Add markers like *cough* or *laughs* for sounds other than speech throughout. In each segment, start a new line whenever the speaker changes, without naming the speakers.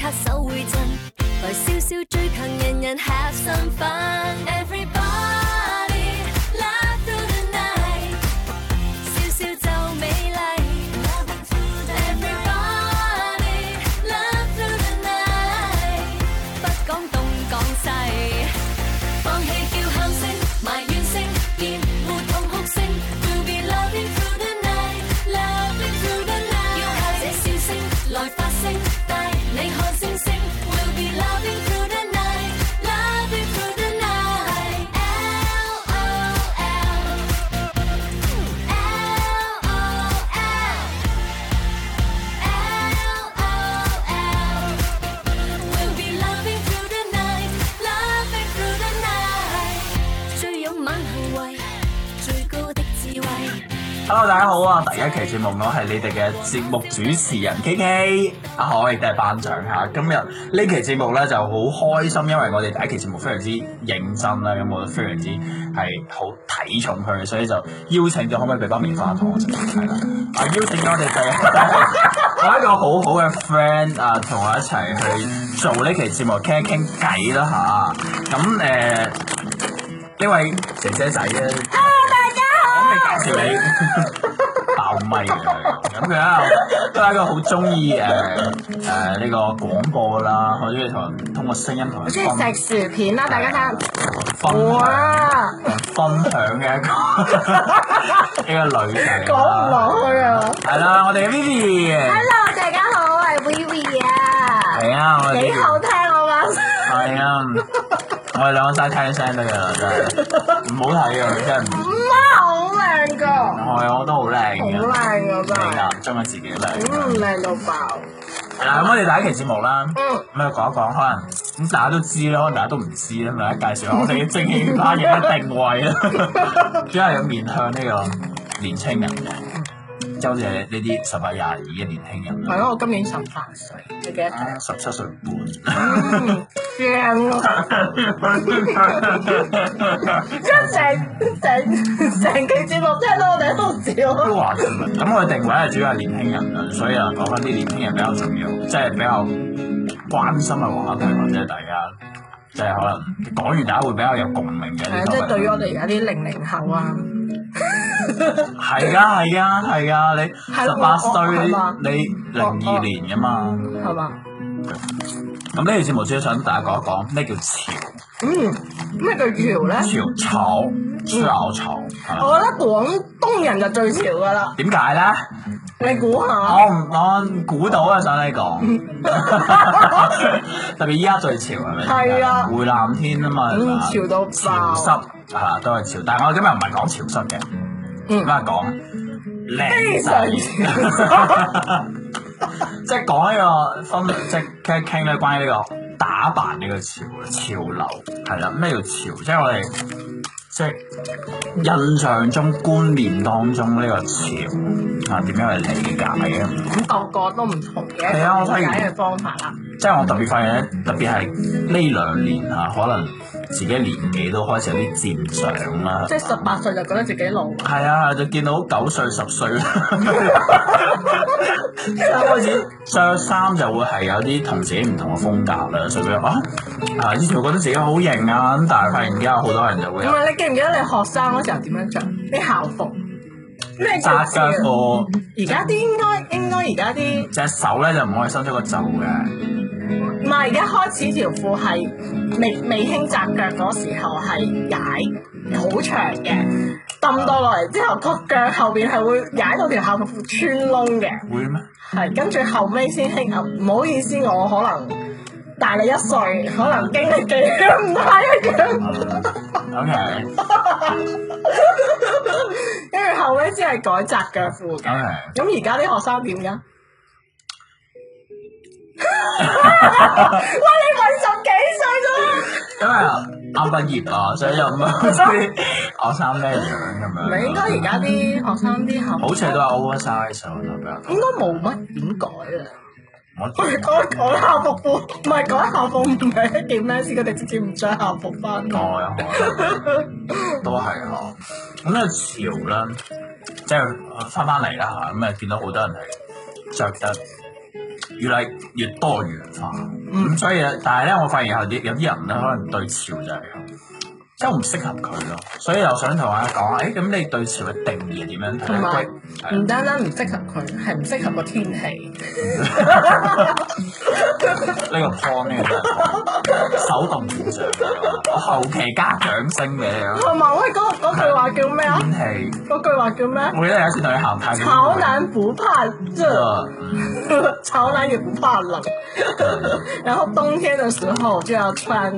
會震，來笑笑最強，人人 have some fun。Everybody laugh through the night，笑笑就美麗。Everybody laugh through the night，不講東講西。放棄叫喊聲、埋怨聲，厭惡痛哭聲，We'll be loving through the night，loving through the night。要靠這笑聲來發聲，帶你看星星，We'll be loving through the night，loving through the night。L O L，L O L，L O L。We'll be loving through the night, loving through the night。最勇猛行為，最高的智慧。
Hello，大家好啊！第一期節目我係你哋嘅節目主持人 K K，阿海亦都係班長嚇。今日呢期節目咧就好開心，因為我哋第一期節目非常之認真啦，咁我非常之係好睇重佢，所以就邀請咗可唔可以俾包棉花糖我食？係啦，啊邀請 *laughs* 咗我哋第我一個好好嘅 friend 啊，同我一齊去做呢期節目傾一傾偈啦吓，咁誒呢位姐姐仔咧。我未介紹你爆咪嘅佢咁佢啊，都係一個好中意誒誒呢個廣播啦，好中意同人通過聲音同人
我
分
中意食啊薯片啦，大家睇
分
下。
享
哇，
分享嘅一個
*laughs*
一個女仔啦，
講唔落去啊
係啦，我哋嘅 Vivi，
！Hello，大家好，我係 Vivi 啊。
係啊，我哋
幾
Vivi
好聽我把聲。
係啊，我哋兩個齋聽聲得㗎啦，真係唔好睇啊，真係唔
唔啊，好靚噶，好
係我都好靚
靚
嘅，
噶真
你
係，
眼中嘅自己靚。
啊嗯，靚到爆。
嗱，咁我哋第一期節目啦，
嗯
咁啊講一講，可能咁大家都知啦，可能大家都唔知啦，咪介紹下我哋嘅蒸汽班嘅定位
*laughs*
啦，主要係面向呢個年青人嘅，即係好似呢啲十八廿二嘅年輕人
係
啦，
咯，我今年十八歲，你幾多歲？
十七歲半，
*laughs* 嗯，正咯，一成成成期節目聽到我哋好
都
笑。
話咁啊咁我哋定位係主要係年輕人啦，所以啊講翻啲年輕人比較重要，即係比較關心嘅話題，或者大家即係可能講完大家會比較有共鳴嘅
係
呢
啊，
個
即係
話
對
題
於。我哋而家啲零零後啊，
係噶係噶係噶，你
係咯
十八歲
我我係嘛哦
你零二年噶嘛？
係嘛？
咁呢條節目主要想大家講一講咩叫潮
嗯，咩叫潮咧？
潮潮潮潮係啦
我覺得廣東人就最潮噶啦，
點解咧？
你估下？
我唔我估到啊，想你講，
*laughs*
特別依家最潮係咪？
係啊
回南天啊嘛，係嘛
嗯潮到爆
潮濕係啦，都係潮。但係我今日唔係講潮濕嘅，今日
嗯
講
非
靚
常
仔。
潮
即係講呢個分，即係傾傾咧關於呢個打扮呢個潮潮流係啦。咩叫潮？即係我哋即係印象中、觀念當中呢個潮啊，點樣去理解嘅？
咁個個都唔同嘅
係啊我睇
理
完
解嘅方法啦。
即係我特別發現咧，特別係呢兩年嚇，可能自己年紀都開始有啲漸長啦。
即係十八歲就覺得自己老，
係啊，就見到九歲 *laughs* 十歲啦，即係開始着衫就會係有啲同自己唔同嘅風格啦，所以啊啊以前會覺得自己好型啊，咁但係發現而家好多人就會
唔
有
啊係你記唔記得你學生嗰時候點樣着？啲校服咩叫
扎腳
潮？
褲，
而家啲應該應該而家啲
隻手咧就唔可以伸出個袖嘅，
唔係而家開始條褲係未未興扎腳嗰時候係踩好長嘅，揼到落嚟之後個腳後邊係會踩到條校服褲穿窿嘅。
會咩？
係，跟住後尾先興啊！唔好意思，我可能大你一歲，可能經歷嘅 *laughs* 嘢唔太一樣，
O K
*laughs* 跟住後尾先係改窄腳褲
O
嘅。
K，
咁而家啲學生點㗎？喂，你咪十幾歲
因為啱畢業啊，所以又唔知學生咩樣咁
啫，唔
樣。
係應該而家啲學生啲校
好似都係 oversize 我諗比較多
應該冇乜點改啊！我
我
哋改改校服褲，唔係改校服唔係一件咩事，佢哋直接唔着校服翻學。
我啊，
*laughs*
都係嗬。咁咧潮啦，即係翻翻嚟啦嚇，咁啊見到好多人係着得越嚟越多元化。
嗯
咁所以咧，但係咧，我發現有啲有啲人咧，可能對潮就係咁即係唔適合佢咯。所以我想同大家講，誒、咁你對潮嘅定義係點樣睇
同埋嗯
咧？
唔單單唔適合佢，係唔適合個天氣。
呢個 point 呢個真係手動鼓掌，我後期加掌聲俾你啊！
同埋喂，嗰嗰句話叫咩啊？
天氣，
嗰句話叫咩？
我記得有一次同你行太古
潮男不怕熱， *laughs*
呃
潮男也不怕冷。 *laughs* 然后冬天的时候就要穿，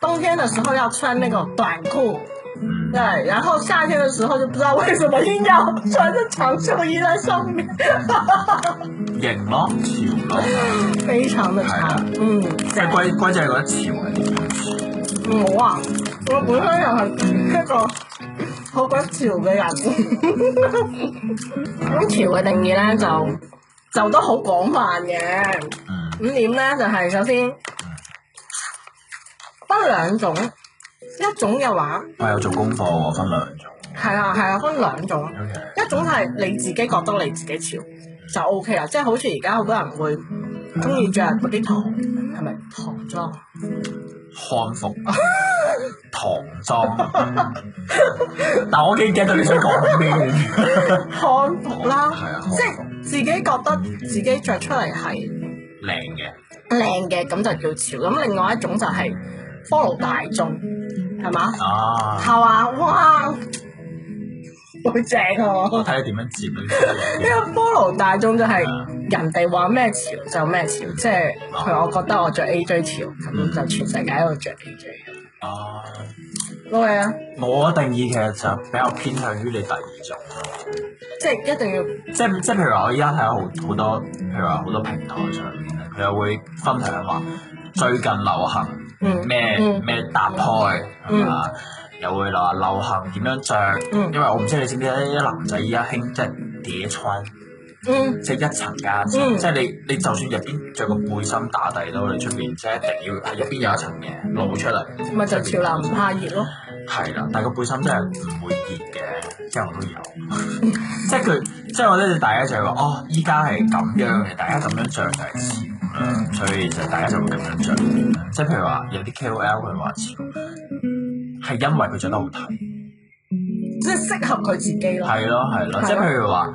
冬天的时候要穿那种短裤。
嗯
对，然后夏天的时候就不知道为什么硬要穿着长袖衣在上面， *laughs*
型咯，潮咯，
非常的
哎
长
呀。
嗯，
即係歸歸仔覺得潮係點樣？
我啊，我本身又係一個好鬼潮嘅人。咁潮嘅定義咧就就都好廣泛嘅。
嗯
咁點咧就係、首先分兩種，一種嘅話
我有做功課喎，分兩種。
係啊係啊分兩種。
O K。
一種係你自己覺得你自己潮就 O K 啦，即係好似而家好多人會中意着嗰啲唐係咪唐裝？
漢服、唐裝。但我幾驚到你想講咩？
漢服啦
係啊，
即係自己覺得自己着出嚟係
靚嘅，
靚嘅，咁就叫潮。咁另外一種就係 follow 大眾，係嘛？
啊，
係啊，哇，好正啊！
我睇你點樣接呢
因為
啲
follow 大眾就係人哋話咩潮就咩潮，即係譬如我覺得我着 A J 潮，咁就全世界都着 A J。
啊，
攞嚟啊！
我定義其實就比較偏向於你第二種咯，
即係一定要
即係即係譬如話我依家睇下好好多，譬如話好多平台上面咧，佢又會分享話最近流行。
嗯
咩
嗯
咩搭開係嘛？又會話流行點樣着，
嗯
因為我唔知你知唔知咧，一男仔依家興即係疊穿，
嗯
即係一層加一層，
嗯
即係你你就算入邊着個背心打底都，你出邊即係一定要係入邊有一層嘢露出嚟，
咪就潮流唔怕熱咯。
係啦，但係個背心真係唔會熱嘅，即係我都有， *laughs* 即係佢即係我覺得大家就係話哦，依家係咁樣嘅，大家咁樣着就係潮啦，所以就大家就會咁樣着。即係譬如話有啲 KOL 佢話潮，係因為佢着得好睇，
即係適合佢自己咯。
係咯係咯，即係譬如話，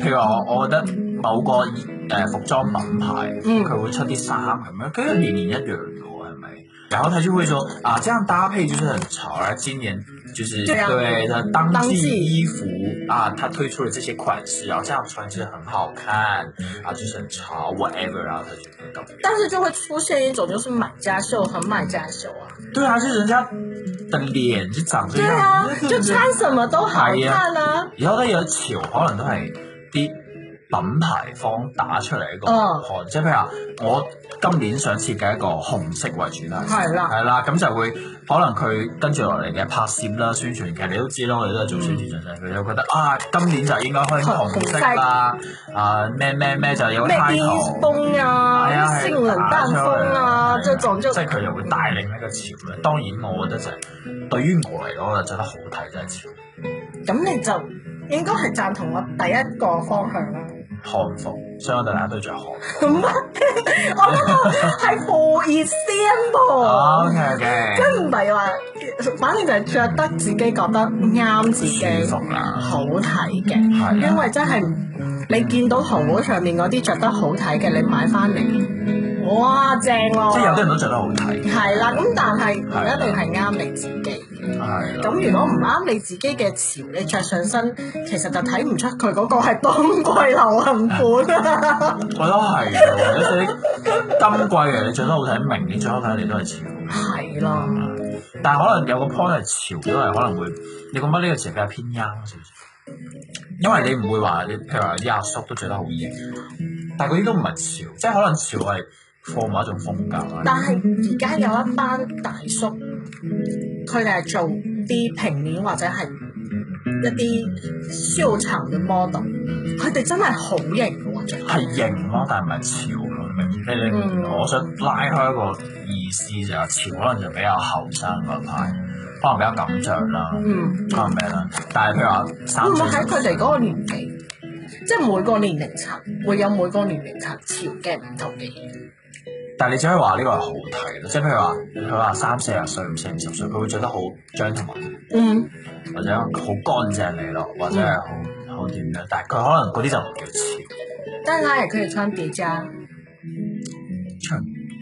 譬如話我我覺得某個誒、呃服裝品牌，
嗯
佢、會出啲衫咁樣，跟住年年一樣嘅喎，係咪？然後他就會說啊，這樣搭配就是很潮啊！今年就是
這樣
对的当
當
季
季
衣服啊，他推出了这些款式，然后这样穿就是很好看啊，就是很潮 whatever，然后他就会咁樣。
但是就會出現一種就是買家秀和賣家秀啊，
对啊，是人家的脸就长这
對
样。
啊，就穿什麼都好看啊，
而家咧有潮，可能都係啲品牌方打出嚟一個
嗯
汗，即係譬如話，我今年想設計一個紅色為主題，
係啦
係啦，咁就會可能佢跟住落嚟嘅拍攝啦、宣傳，其實你都知啦，我哋都係做宣傳嘅，佢就覺得啊，今年就應該開紅色啦，啊咩咩咩就有個
咩 i
title。
風
係啊
啊，
係
性冷淡風啊，
打出
這
嚟
種就
即係佢又會帶領呢個潮流。當然，我覺得就係、對於我嚟講，我就覺得好睇就係潮
咁你就應該係贊同我第一個方向 *laughs* 啦。
漢服，所以我哋大家都着漢服。
唔係，我嗰個係 for
O
啊
K
example，
O K，
跟唔係話，反正就係着得自己覺得啱自己。
舒服啦，
好睇
係啊
嗯嘅，因為真係你見到淘寶上面嗰啲着得好睇嘅，你買翻嚟，哇正
即係有啲
喎！
人都着得好睇，
係啦，咁但係唔
係啊
一定係啱你自己。
係啊
咁如果唔啱你自己嘅潮，你着上身其實就睇唔出佢嗰個係當季流行款啊
我都係喎，有時今季嘅你着得好睇，明年着得好睇，你都係潮。啊
係咯，
但係可能有個 point 係潮，都係可能會，你覺得呢個潮比較偏 young 少少，因為你唔會話你譬如話啲阿叔都着得好型，但係嗰啲都唔係潮，即係可能潮係 for 某一種風格啊啦。
但係而家有一班大叔，佢哋係做啲平面或者係一啲秀場嘅 model，佢哋真係好型嘅喎着。
係啊型咯，但係唔係潮咯，明唔明？你你、
嗯
我想拉開一個意思就係、潮，可能就比較後生嗰一派，可能比較敢着啦，
嗯，
可能咩啦。但係譬如話三
會唔
四
會
十
喺佢哋嗰個年紀？即係每個年齡層會有每個年齡層潮嘅唔同嘅嘢。
但係你只可以話呢個係好睇咯，即係譬如話佢話三四十歲、五四五十歲，佢會着得好 gentleman，
嗯，
或者好乾淨利落，或者係好好點樣，但係佢可能嗰啲就唔叫潮。
但係佢哋穿比較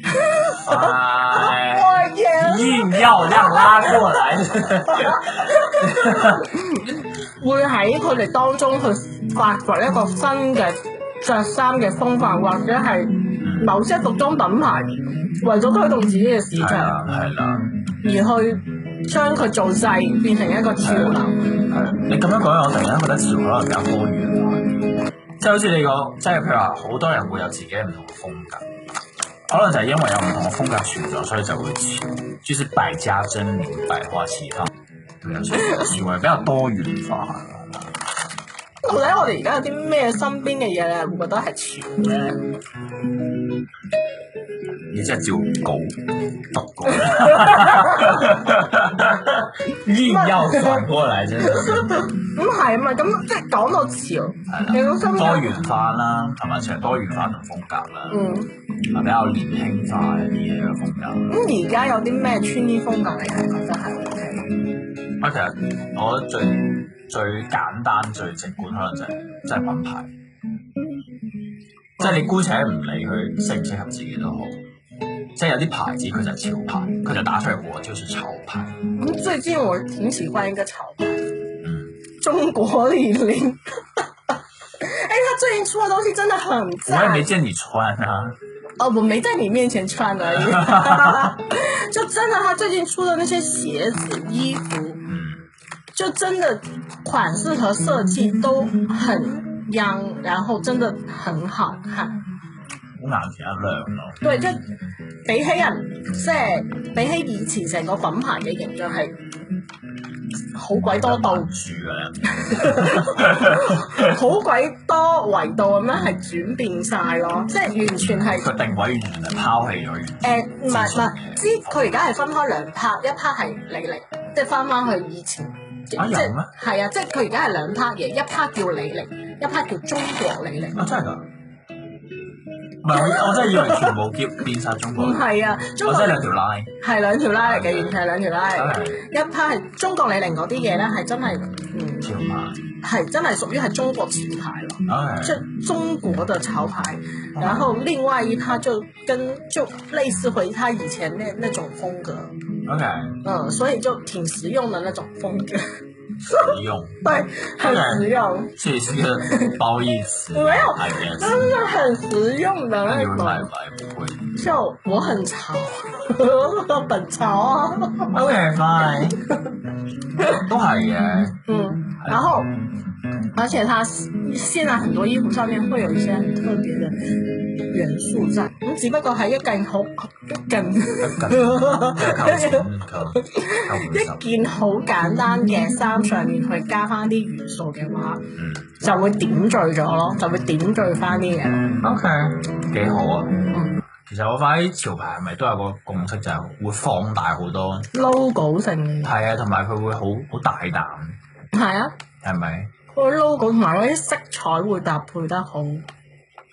*laughs*
哎
哎呀，
硬要讓拉過來，
*laughs* 會喺佢哋當中去發掘一個新嘅着衫嘅風範，或者係
嗯
某些服裝品牌為咗推動自己嘅市
係啊啦
場，
係啦。
而去將佢做細，變成一個潮流。
係啊你咁樣講，我突然間覺得潮可能比較多元化，即係好似你講，即係譬如話，好多人會有自己唔同嘅風格，可能就係因為有唔同嘅風格存在，所以就會潮，就是百家爭鳴、百花齊放，對啊，所以潮係比較多元化。
到底我哋而家有啲咩身邊嘅嘢咧，會覺得係潮咧？
你真係照稿讀
*laughs*
稿，硬要反過嚟真係
咁係啊嘛，咁即係講到
係
潮
啦，
你好心諗
多元化啦，係咪？成日多元化同風格啦，
嗯，
係比較年輕化一啲嘢嘅風格。
咁而家有啲咩穿衣風格你係覺得係 OK？
啊，其實我覺得最最簡單、最直觀，可能就係即係品牌，即係你姑且唔理佢適唔適合自己都好，即係有啲牌子佢就係潮牌，佢就打出嚟我就是潮牌。
咁最近我挺喜歡一個潮牌，
嗯，
中國李寧。 *laughs* 哎，他最近出的東西真的很
我也
讚
沒見你穿啊，
哦，我没在你面前穿而已，
*laughs*
就真的，他最近出的那些鞋子、衣服，
嗯，
就真的款式和設計都很央，然後真的很好看。
好眼前一亮咯。
對，即係
嗯
比起人，即係比起以前成個品牌嘅形象係好鬼多道，
住嘅， *laughs* 嗯
好鬼多維度咁樣係轉變晒咯，即係完全 *laughs* 係
佢定位完全係拋棄咗。
誒，唔係唔係，知佢而家係分開兩 part，一 part 係李寧，即係翻翻去以前嘅，
啊有
即係
咩
係啊，即係佢而家係兩 part 嘢，一 part 叫李寧，一 part 叫中國李寧。
啊，真係㗎？唔係我，我真係以為全部叫變晒中國
唔
人，
係啊，中
我
國
哦真係兩條 line，
係兩條拉嚟嘅，完全係兩條拉
真
嚟嘅。
係
一 part 係中國李寧嗰啲嘢咧，係真係，嗯，
潮牌。
係真係屬於係中國潮牌咯，
哎
就中國的潮牌。然后另外一 part 就跟就類似回他以前那那種風格，
，OK，
嗯，所以就挺實用的那種風格，
實用，
對，很實用，
這是一個褒義詞。
沒有
I guess，
真的很實用的
那
那
你會買唔。
種
買？不會。
就我很潮， *laughs* 我很潮啊，
*laughs* OK fine，都係嘅。
嗯，然後。而且它現在很多衣服上面會有一些很特別的元素在，咁只不過係一件好一件
夠錢唔夠，夠唔夠？
一件好簡單嘅衫上面去加翻啲元素嘅話，
嗯
就會點綴咗咯，就會點綴翻啲嘢咯。
，OK，幾好啊。
嗯
其實我發現潮牌係咪都有個共識，就係會放大好多。
，logo 性嘅嘢
係啊，同埋佢會好好大膽，
係啊，
係咪？
個 logo 同埋嗰啲色彩會搭配得好，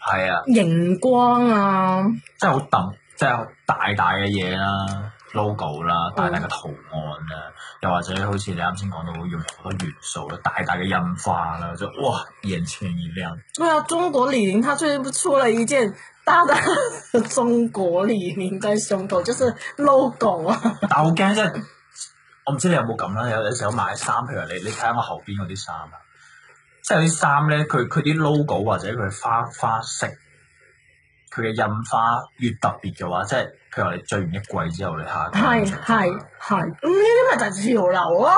係啊，
熒光啊，
即係好揼，即係大大嘅嘢啦，logo 啦，大大嘅圖案啦，又或者好似你啱先講到用好多元素啦，大大嘅印花啦，就哇眼前一亮。
對啊，中國李寧它最近不出了一件大大的 *laughs* 中國李寧在胸口，就是 logo 啊。
但我好驚即係，我唔知你有冇咁啦，有有時候買衫，譬如你你睇下我後邊嗰啲衫啊，即係有啲衫咧，佢佢啲 logo 啊或者佢花花式，佢嘅印花越特別嘅話，即係譬如話你追完一季之後，你下一季
係係係，咁呢啲咪就係潮流咯，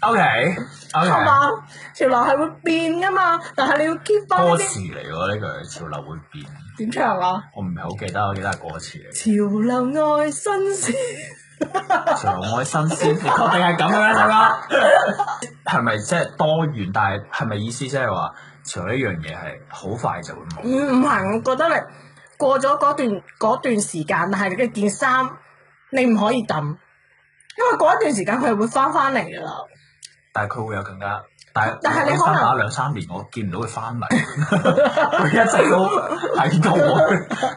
OK OK
係嘛？潮流係會變噶嘛，但係你要 keep 翻呢
歌
啲
詞嚟喎，呢句潮流會變，
點唱啊？
我唔係好記得，我記得係歌詞嚟。
潮流愛新鮮，
潮流愛新鮮，你確定係咁樣得啦？ *laughs* 係咪即係多元？但係係咪意思即係話潮流呢樣嘢係好快就會冇？
唔唔係，我覺得你過咗嗰段嗰段時間，但係你嘅件衫你唔可以抌，因為嗰一段時間佢係會翻翻嚟噶啦。
但係佢會有更加，但係
但係你可能
打兩三年，我見唔到佢翻嚟，佢一直都喺度，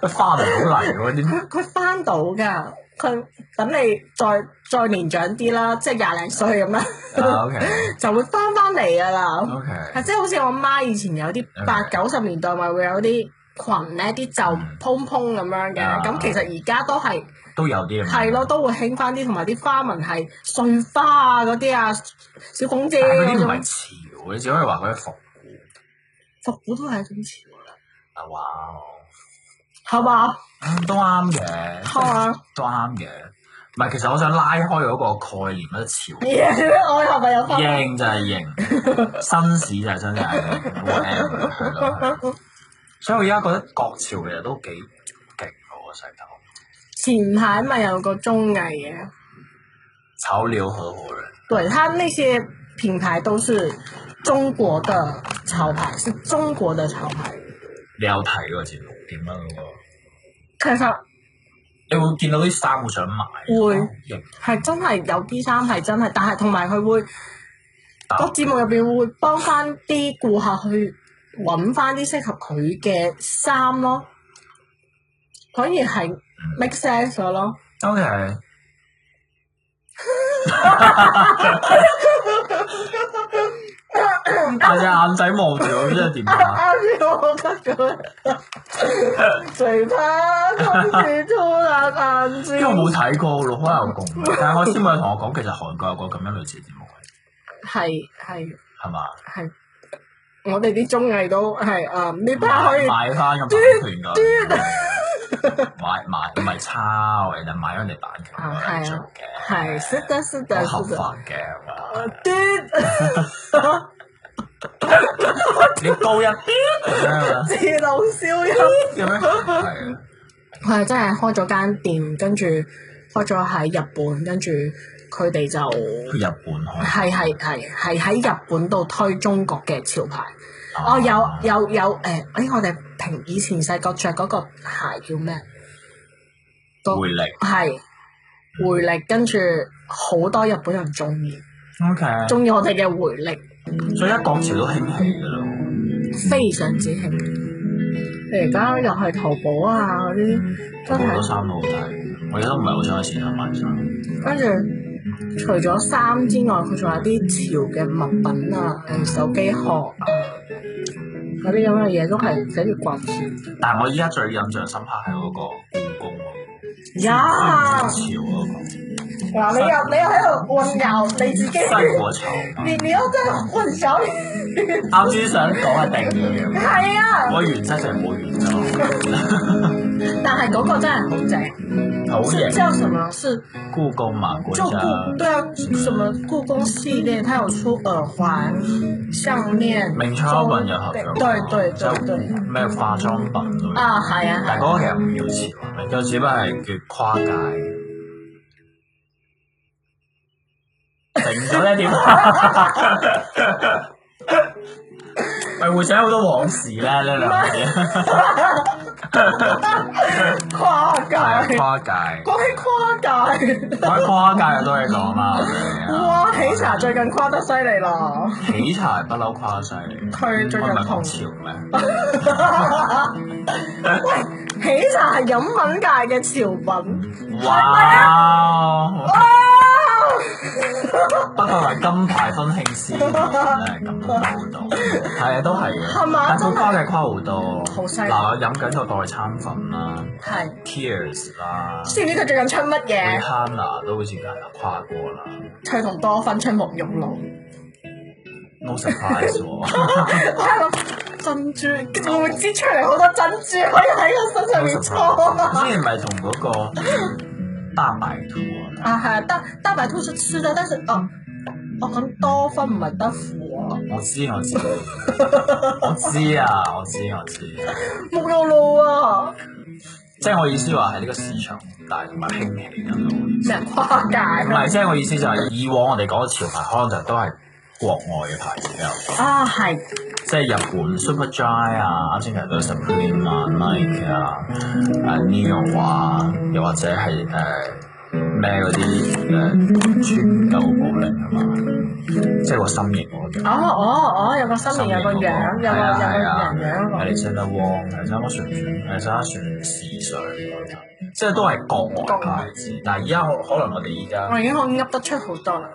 佢翻唔到嚟喎，點
佢佢翻到㗎，佢等你再再年長啲啦，即係廿零歲咁啦，
啊？OK
就會翻翻嚟㗎啦。
OK，
係啊即係好似我媽以前有啲
嗯
八九十年代咪會有啲裙咧，啲袖蓬蓬咁樣
嗯啊
嘅，咁其實而家都係。
都有啲咁樣
係咯，，都會興翻啲，同埋啲花紋係碎花啊嗰啲啊，小公姐
但係嗰啲唔
嗰
係
種，
潮，你只可以話佢係服
復古都係一種潮啦，
啊！哇，*laughs*
係嘛？
嗯都啱嘅，
係嘛？
都啱嘅。唔係，其實我想拉開嗰個概念咧，潮
我係啊咪有花？
型就係型，紳士就係紳士，係 whatever 係咯。係咯所以我而家覺得國潮其實都幾勁喎，我細頭
前排咪有個綜藝嘅，
潮流合伙人，
對，他那些品牌都是中國的潮牌，是中國的潮牌。
你有睇嗰個節目點樣嗰個？
其實
你會見到啲衫會想買，
會
好型
係真係有啲衫係真係，但係同埋佢會
搭
個節目入邊會幫翻啲顧客去揾翻啲適合佢嘅衫咯，反而係 make sense 咗咯。
O K。但隻眼仔望住我，真係點
*laughs*
啊？
啱先我得咗，最怕今次粗啦眼
因為我冇睇過《六開有共鳴》，但係我先會同我講，其實韓國有個咁樣類似嘅節目嘅，
係係
係嘛？
係，我哋啲綜藝都係啊，呢 part 可以
買翻個版權㗎，買買唔係抄，人哋買咗人哋版權
啊
㗎
係啊
嚟做嘅，
係，是的，是
都
的，
合
是的。
法嘅啊係嘛？
啲
你高一啲咁樣啊
自動消音。
咁樣係啊
佢係真係開咗間店，跟住開咗喺日本，跟住佢哋就
去日本啊開
係係係係喺日本度推中國嘅潮牌。哦，有有有誒，誒、哎我哋平以前細個着嗰個鞋叫咩？個
回力
係回力，跟住好多日本人中意，
O K。
中意我哋嘅回力，
所以一國潮都興起㗎咯。
非常之興。你而家又去淘寶啊嗰啲。真係
好多衫都好睇，我而家都唔係好想去線上買衫。
跟住除咗衫之外，佢仲有啲潮嘅物品啊，誒手機殼啊，嗰啲咁嘅嘢都係寫住掛住。
但係我依家最印象深刻係嗰個故宮
呀！
潮嗰個
嗱，你又你又喺度混淆你自己，
西果潮。
你你又真係混淆你。
啱先想講係定嘅嘢，
係啊，
我原則就係冇原則，
但係嗰個真係好正，
好
是
型。
叫什麼？是
故宮嘛，國家
就故對啊，什麼故宮系列，它有出耳環、項鏈、
明窗嗰個人又合
對
作，
對
就
對對，
咩化妝品類。
啊係啊
但係
係啊。
嗰個其實唔叫潮，明窗只不過係叫跨界。停咗咧點啊？咪回想好多往事咧，呢兩樣嘢
跨
係啊
界，
跨界，
講起跨界，
跨跨界有多嘢講啦。
哇！喜茶最近跨得犀利啦，
喜啊茶係不嬲跨世嚟嘅，
佢最
我唔係
近同
講潮咩？
喜茶係飲品界嘅潮品
哇！
啊！
不過係金牌婚慶事真係咁報道，係啊，都係嘅。
係嘛
但佢跨嘅跨好多，
好犀利
嗱，我飲緊個代餐粉啦
係，
，Tears 啦
知唔知佢最近出乜嘢？
，Rihanna 都好似係跨過啦。
佢同多芬出沐浴露，
No surprise 喎
*laughs* 我喺度珍珠，會唔會擠出嚟好多珍珠可以喺個身上
，No
面搓
surprise。之前咪同嗰個嗯大白兔啊，
啊？係大大白兔是吃的，但是哦，我講多芬唔係德芙啊，
我知我知，我知啊，我知我知，
沐浴露啊，
即係我意思話係呢個市場大同埋興起緊咯。
咩跨界
唔係，即係我意思就係以往我哋講嘅潮牌，可能就都係國外嘅牌子比較多，
啊？係
即係日本 Superdry 啊，啱先提到 Supreme 啊、Nike 啊、誒 Neo 啊，又或者係誒咩嗰啲誒穿唔夠保齡係嘛，即係個心形嗰種。
哦哦哦，有個新年有個
心形嗰
樣，有
個
個有
係啊
個
係啊
人樣
係
喎。
你上得旺，係爭乜船船，係爭船時尚嗰種即係都係國外牌子。但係而家可可能我哋而
我
家
已經可以噏得出好多啦，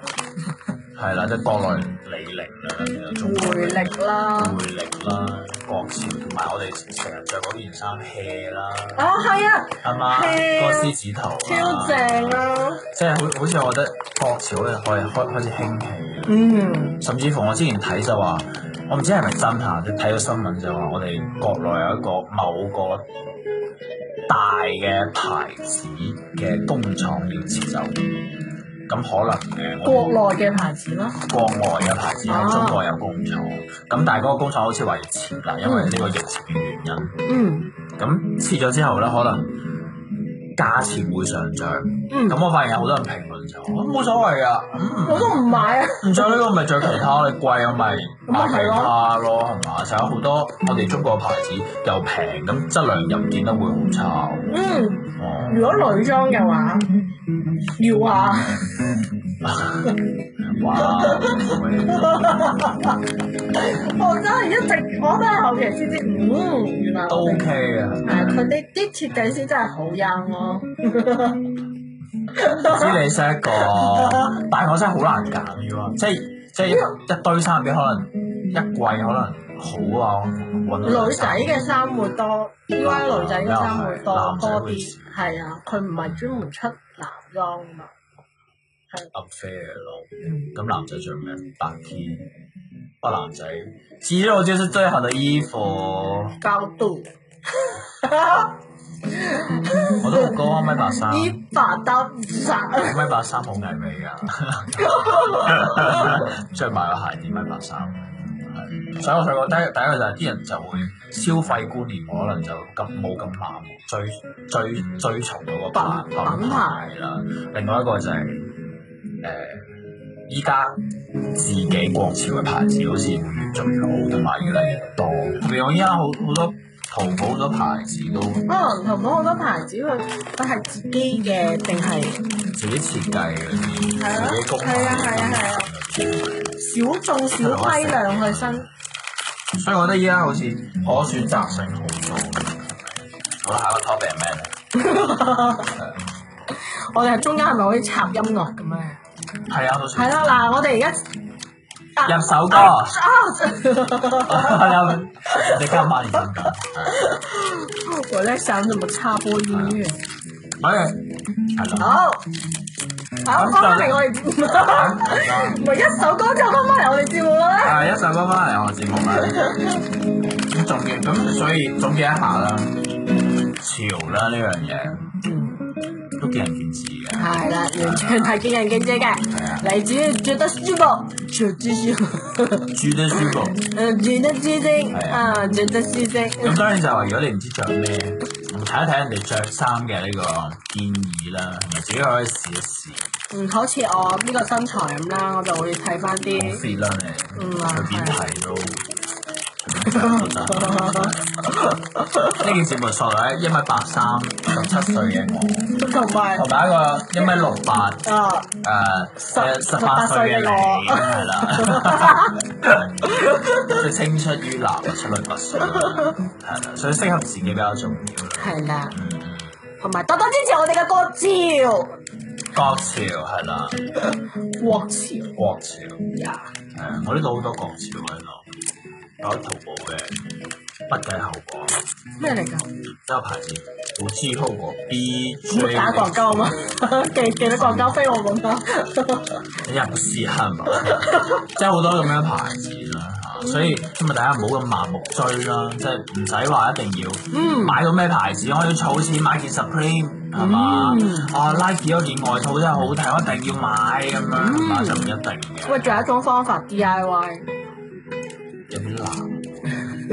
係啦，即係國內李寧啊啦，中國
回力啦。
回力啦，國潮啊同埋我哋成日着嗰件衫 hea 啦，
哦，係啊，
啱啱
hea
嗰個獅子頭啦
超正啊！
即係好好似我覺得國潮咧可以開開始興起啦，
嗯，
甚至乎我之前睇就話，我唔知係咪真嚇，即係睇到新聞就話我哋國內有一個某個大嘅牌子嘅工廠要撤走，咁可能誒我
國內嘅牌子咯。
國外嘅牌子喺中國有工廠，咁但係嗰個工廠好似話要撤啦，因為呢個疫情嘅原因。
嗯
咁切咗之後咧，可能價錢會上漲。
嗯，
咁我發現有好多人評論就話啊冇所謂啊，嗯
我都唔買啊。
唔着呢個咪着其他，你貴我咪買其他咯，係嘛？就有好多我哋中國嘅牌子又平，咁質量又唔見得會好差喎。
嗯，
哦， *laughs*
如果女裝嘅話，要啊。
哇！
我哦真係一直，我都係後期先知，嗯，原來
都
我哋
OK 啊，
係啊佢哋啲設計師真係好優咯。
知你識一
*laughs*
個，但係我真係好難揀嘅喎，即係即係一一堆衫入邊可能一季可能好啊，揾到
女仔嘅衫會多，U I 女仔嘅衫會多
男仔會
多啲，係啊，佢唔係專門出男裝嘛。
unfair 咯。咁男仔着咩？白 T。啊，男仔，肌肉就是最好的衣服。我
高度，
都好高啊，一米八三，
一
一
把刀殺。
米八三好藝美
*laughs*
噶，着埋個鞋一米八三。係所以我想講，第一第一個就係啲人就會消費觀念可能就咁冇咁盲目追追追從嗰個牌
品牌
品牌啦。另外一個就係、誒，依、家自己國潮嘅牌子好似會越做越好，同埋越嚟越多。特別我依家好好多淘寶好多牌子都
可能淘寶好多牌子佢佢係自己嘅定係
自己設計嘅，自
係啊
己供應
係啊係啊係啊小眾小規量去生。
*laughs* 所以我覺得依家好似可選擇性好多。好啦，下個 topic 係咩咧？
我哋係中間係咪可以插音樂咁樣？
係啊，到時
係啦，嗱，我哋而家啊
入首歌，有你今晚年咁緊。
哦我在想怎麼插播音樂。
好嘅，係啦。
好，好，翻返嚟我哋唔係一首歌就翻返嚟我哋節目啦。
啊！一首歌翻嚟我節目啦，咁總結咁，所以總結一下啦，潮啦呢樣嘢都見仁見智嘅，
係啦，完全係見仁見智嘅。你只要覺得舒服，就繼續。
住得舒服。
嗯，覺得舒適，
係啊
啊，覺得舒適。
咁當然就話，如果你唔知着咩，睇一睇人哋着衫嘅呢個建議啦，同埋自己可以試一試
嗯，好似我呢個身材咁啦，我就會睇翻
好
啲。
fit 啦你，
嗯
隨便睇都。哦啊呢件節目索女一米八三，十七歲嘅我，
*laughs* 同埋
同埋一個一米六八。
啊，
誒
十
十八歲嘅
十八歲嘅
你，
我
係啦，
*laughs*
即係青出於藍啊，出類拔萃啦，係啦，所以適合自己比較重要啦。
係啦，
嗯嗯，
同埋多多支持我哋嘅歌潮，
國潮係啦，
國潮
國潮
呀。
係啊
嗯
我呢度好多國潮喺度，搞淘寶嘅，不計後果，
咩嚟㗎？
呢個牌子不計後果，B
唔好
J，
打廣告啊嘛， *laughs* 記記得廣告飛我啊咁啦。
你又唔試下嘛？ *laughs* 即係好多咁樣牌子啦嚇，所以咁啊，大家唔好咁盲目追啦，即係唔使話一定要。
嗯，
買到咩牌子，我要儲錢買件 Supreme 係嘛
嗯？
啊 Nike 嗰件外套真係好睇，我一定要買咁樣，係嘛就唔一定
嗯喂，
嘅，
仲有一種方法 D I Y
有啲難，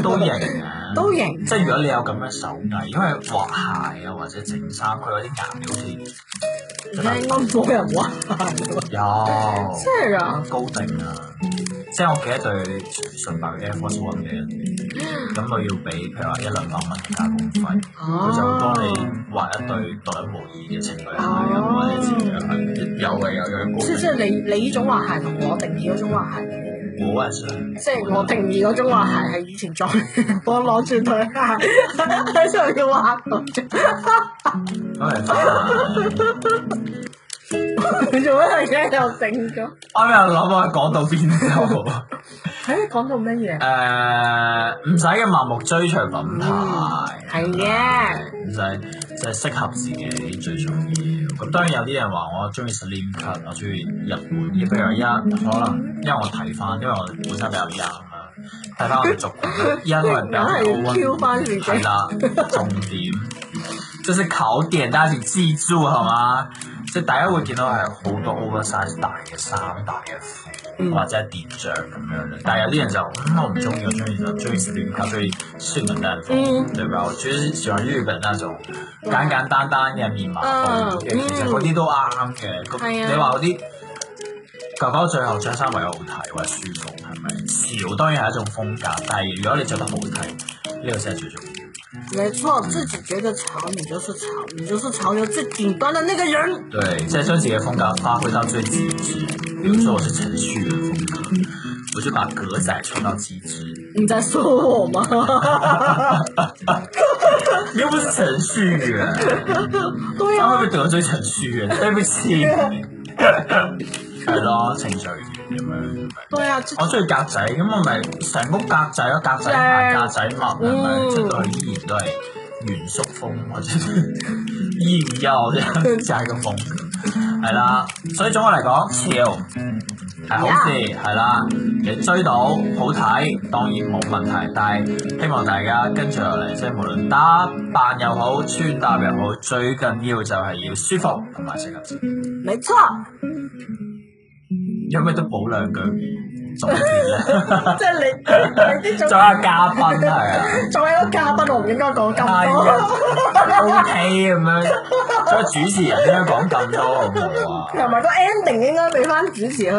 都型嘅。
*laughs* 都型，
即係如果你有咁嘅手藝，因為畫鞋啊或者整衫，佢嗰啲顏料好似
而家應該冇人玩，
有
*laughs* 真係啊！
高定啊，即係我記得對純白嘅 Air Force One 嘅，咁我要俾譬如話一兩百蚊加工費，
哦
佢就會幫你畫一對獨一無二嘅情侶鞋，又或者自己嘅鞋，有嘅有有
哦即即係你你呢種畫鞋同我定義嗰種畫鞋，
冇人想。
即係我定義嗰種畫鞋係以前再 *laughs* 我攞住對鞋 *laughs* 喺上面 *laughs* 畫嗰種
我嚟翻嚟，
你做咩而家又整咗？
我又諗我講到邊度？
喺你講到乜
誒，
嘢？
唔使嘅盲目追隨品牌。
係嘅，
就係就係適合自己最重要。咁當然有啲人話我中意 slim cut，我中意日本嘅。譬如而家可能因為我睇翻，因為我本身比較啊 young 啦，睇翻我哋族群，依家都係比較啊
硬係要 Q 翻自己
係啦，重點就是考點，大家請記住係嘛？即係大家會見到係好多 oversize 大嘅衫、大嘅褲，或者係跌着咁樣嘅。但係有啲人就嗯我唔中意，我中意就中意 slim cut，中意順文單
嗯
對吧？我就是喜歡日本那種簡簡單單嘅棉麻
嗯
風嘅，其實嗰啲都啱嘅。咁
係啊
你話嗰啲狗狗最後着衫為咗好睇或者舒服係咪？潮當然係一種風格，但係如果你着得好睇，呢個先係最重要。
沒錯，自己覺得潮，你就是潮，你就是潮流最頂端的那個人。
對，即係將自己嘅風格發揮到最極致。比如說我是程序員風格，我就把格仔穿到極致。
你在說我嗎？
你又不是程序員，
對
他
啊，
會唔會得罪程序員？對不起。係咯，程序員咁樣。
對啊，這
我中意格仔，咁我咪成屋格仔咯，格仔鞋、格仔襪，係咪？
嗯
出到去依然都係元宿風，或者 *laughs* 依然有啫，就係個風。係啦，所以總嘅嚟講，潮係好事，係啦，你追到好睇，當然冇問題。但係希望大家跟住落嚟，即係無論打扮又好，穿搭又好，最緊要就係要舒服同埋適合自己。 *laughs*
沒錯，
有咩都補兩句總結啦。
即係你你呢種
仲有嘉賓係啊
作為一個嘉賓，我唔應該講咁
係啊
多。
，O K 咁樣，所以主持人應該講咁多好唔好
同
啊？
埋個 ending 應該俾翻主持去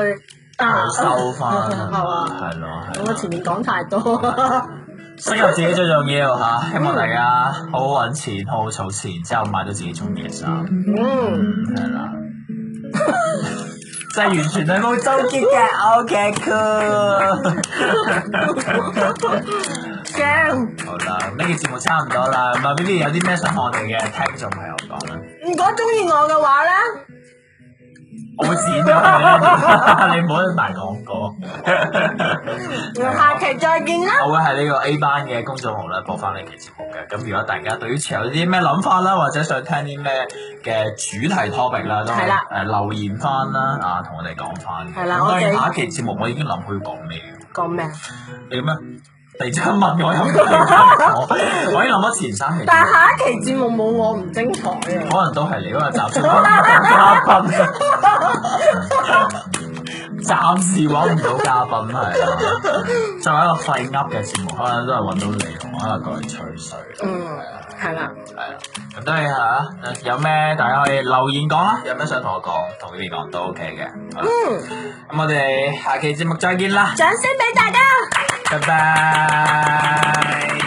啊，
收翻
係嘛？
係咯係
我
咯，
前面講太多，
適合自己最重要
嗯
嚇，希望大家好好揾錢，好好儲錢，之後買到自己中意嘅衫，
嗯，
係啦。 *laughs* 即係完全係冇周結嘅，OK
*laughs*
cool。
驚
好啦，呢期節目差唔多啦，咁啊 B B 有啲咩想同我哋嘅聽眾朋友講啊咧？
如果中意我嘅話咧，
我會剪咗佢
*laughs*
啦，你唔好賣廣告。
我哋下期再見啦，
我會喺呢個 A 班嘅公眾號咧播翻呢期節目嘅。咁如果大家對於潮有啲咩諗法啦，或者想聽啲咩嘅主題 topic 啦，都
係啦
誒留言翻啦，啊同我哋講翻。
係啦
咁當然
我哋
下一期節目我已經諗好要講咩嘅。
講咩？啊
你咩？突然之間問我有咩
*laughs*
講？我已經諗咗前三期節
但
目，
係下一期節目冇我唔精彩啊！
可能都係你嗰個集中嘉賓。暫時揾唔到嘉賓係啊，作為一個廢噏嘅節目，可能都係揾到你同可能過嚟吹水。
嗯，係啦，
係啊，咁當然係啊，有咩大家可以留言講啦，有咩想同我講，同你哋講都 OK 嘅。好啦
嗯，
咁我哋下期節目再見啦，
掌聲俾大家。
拜拜。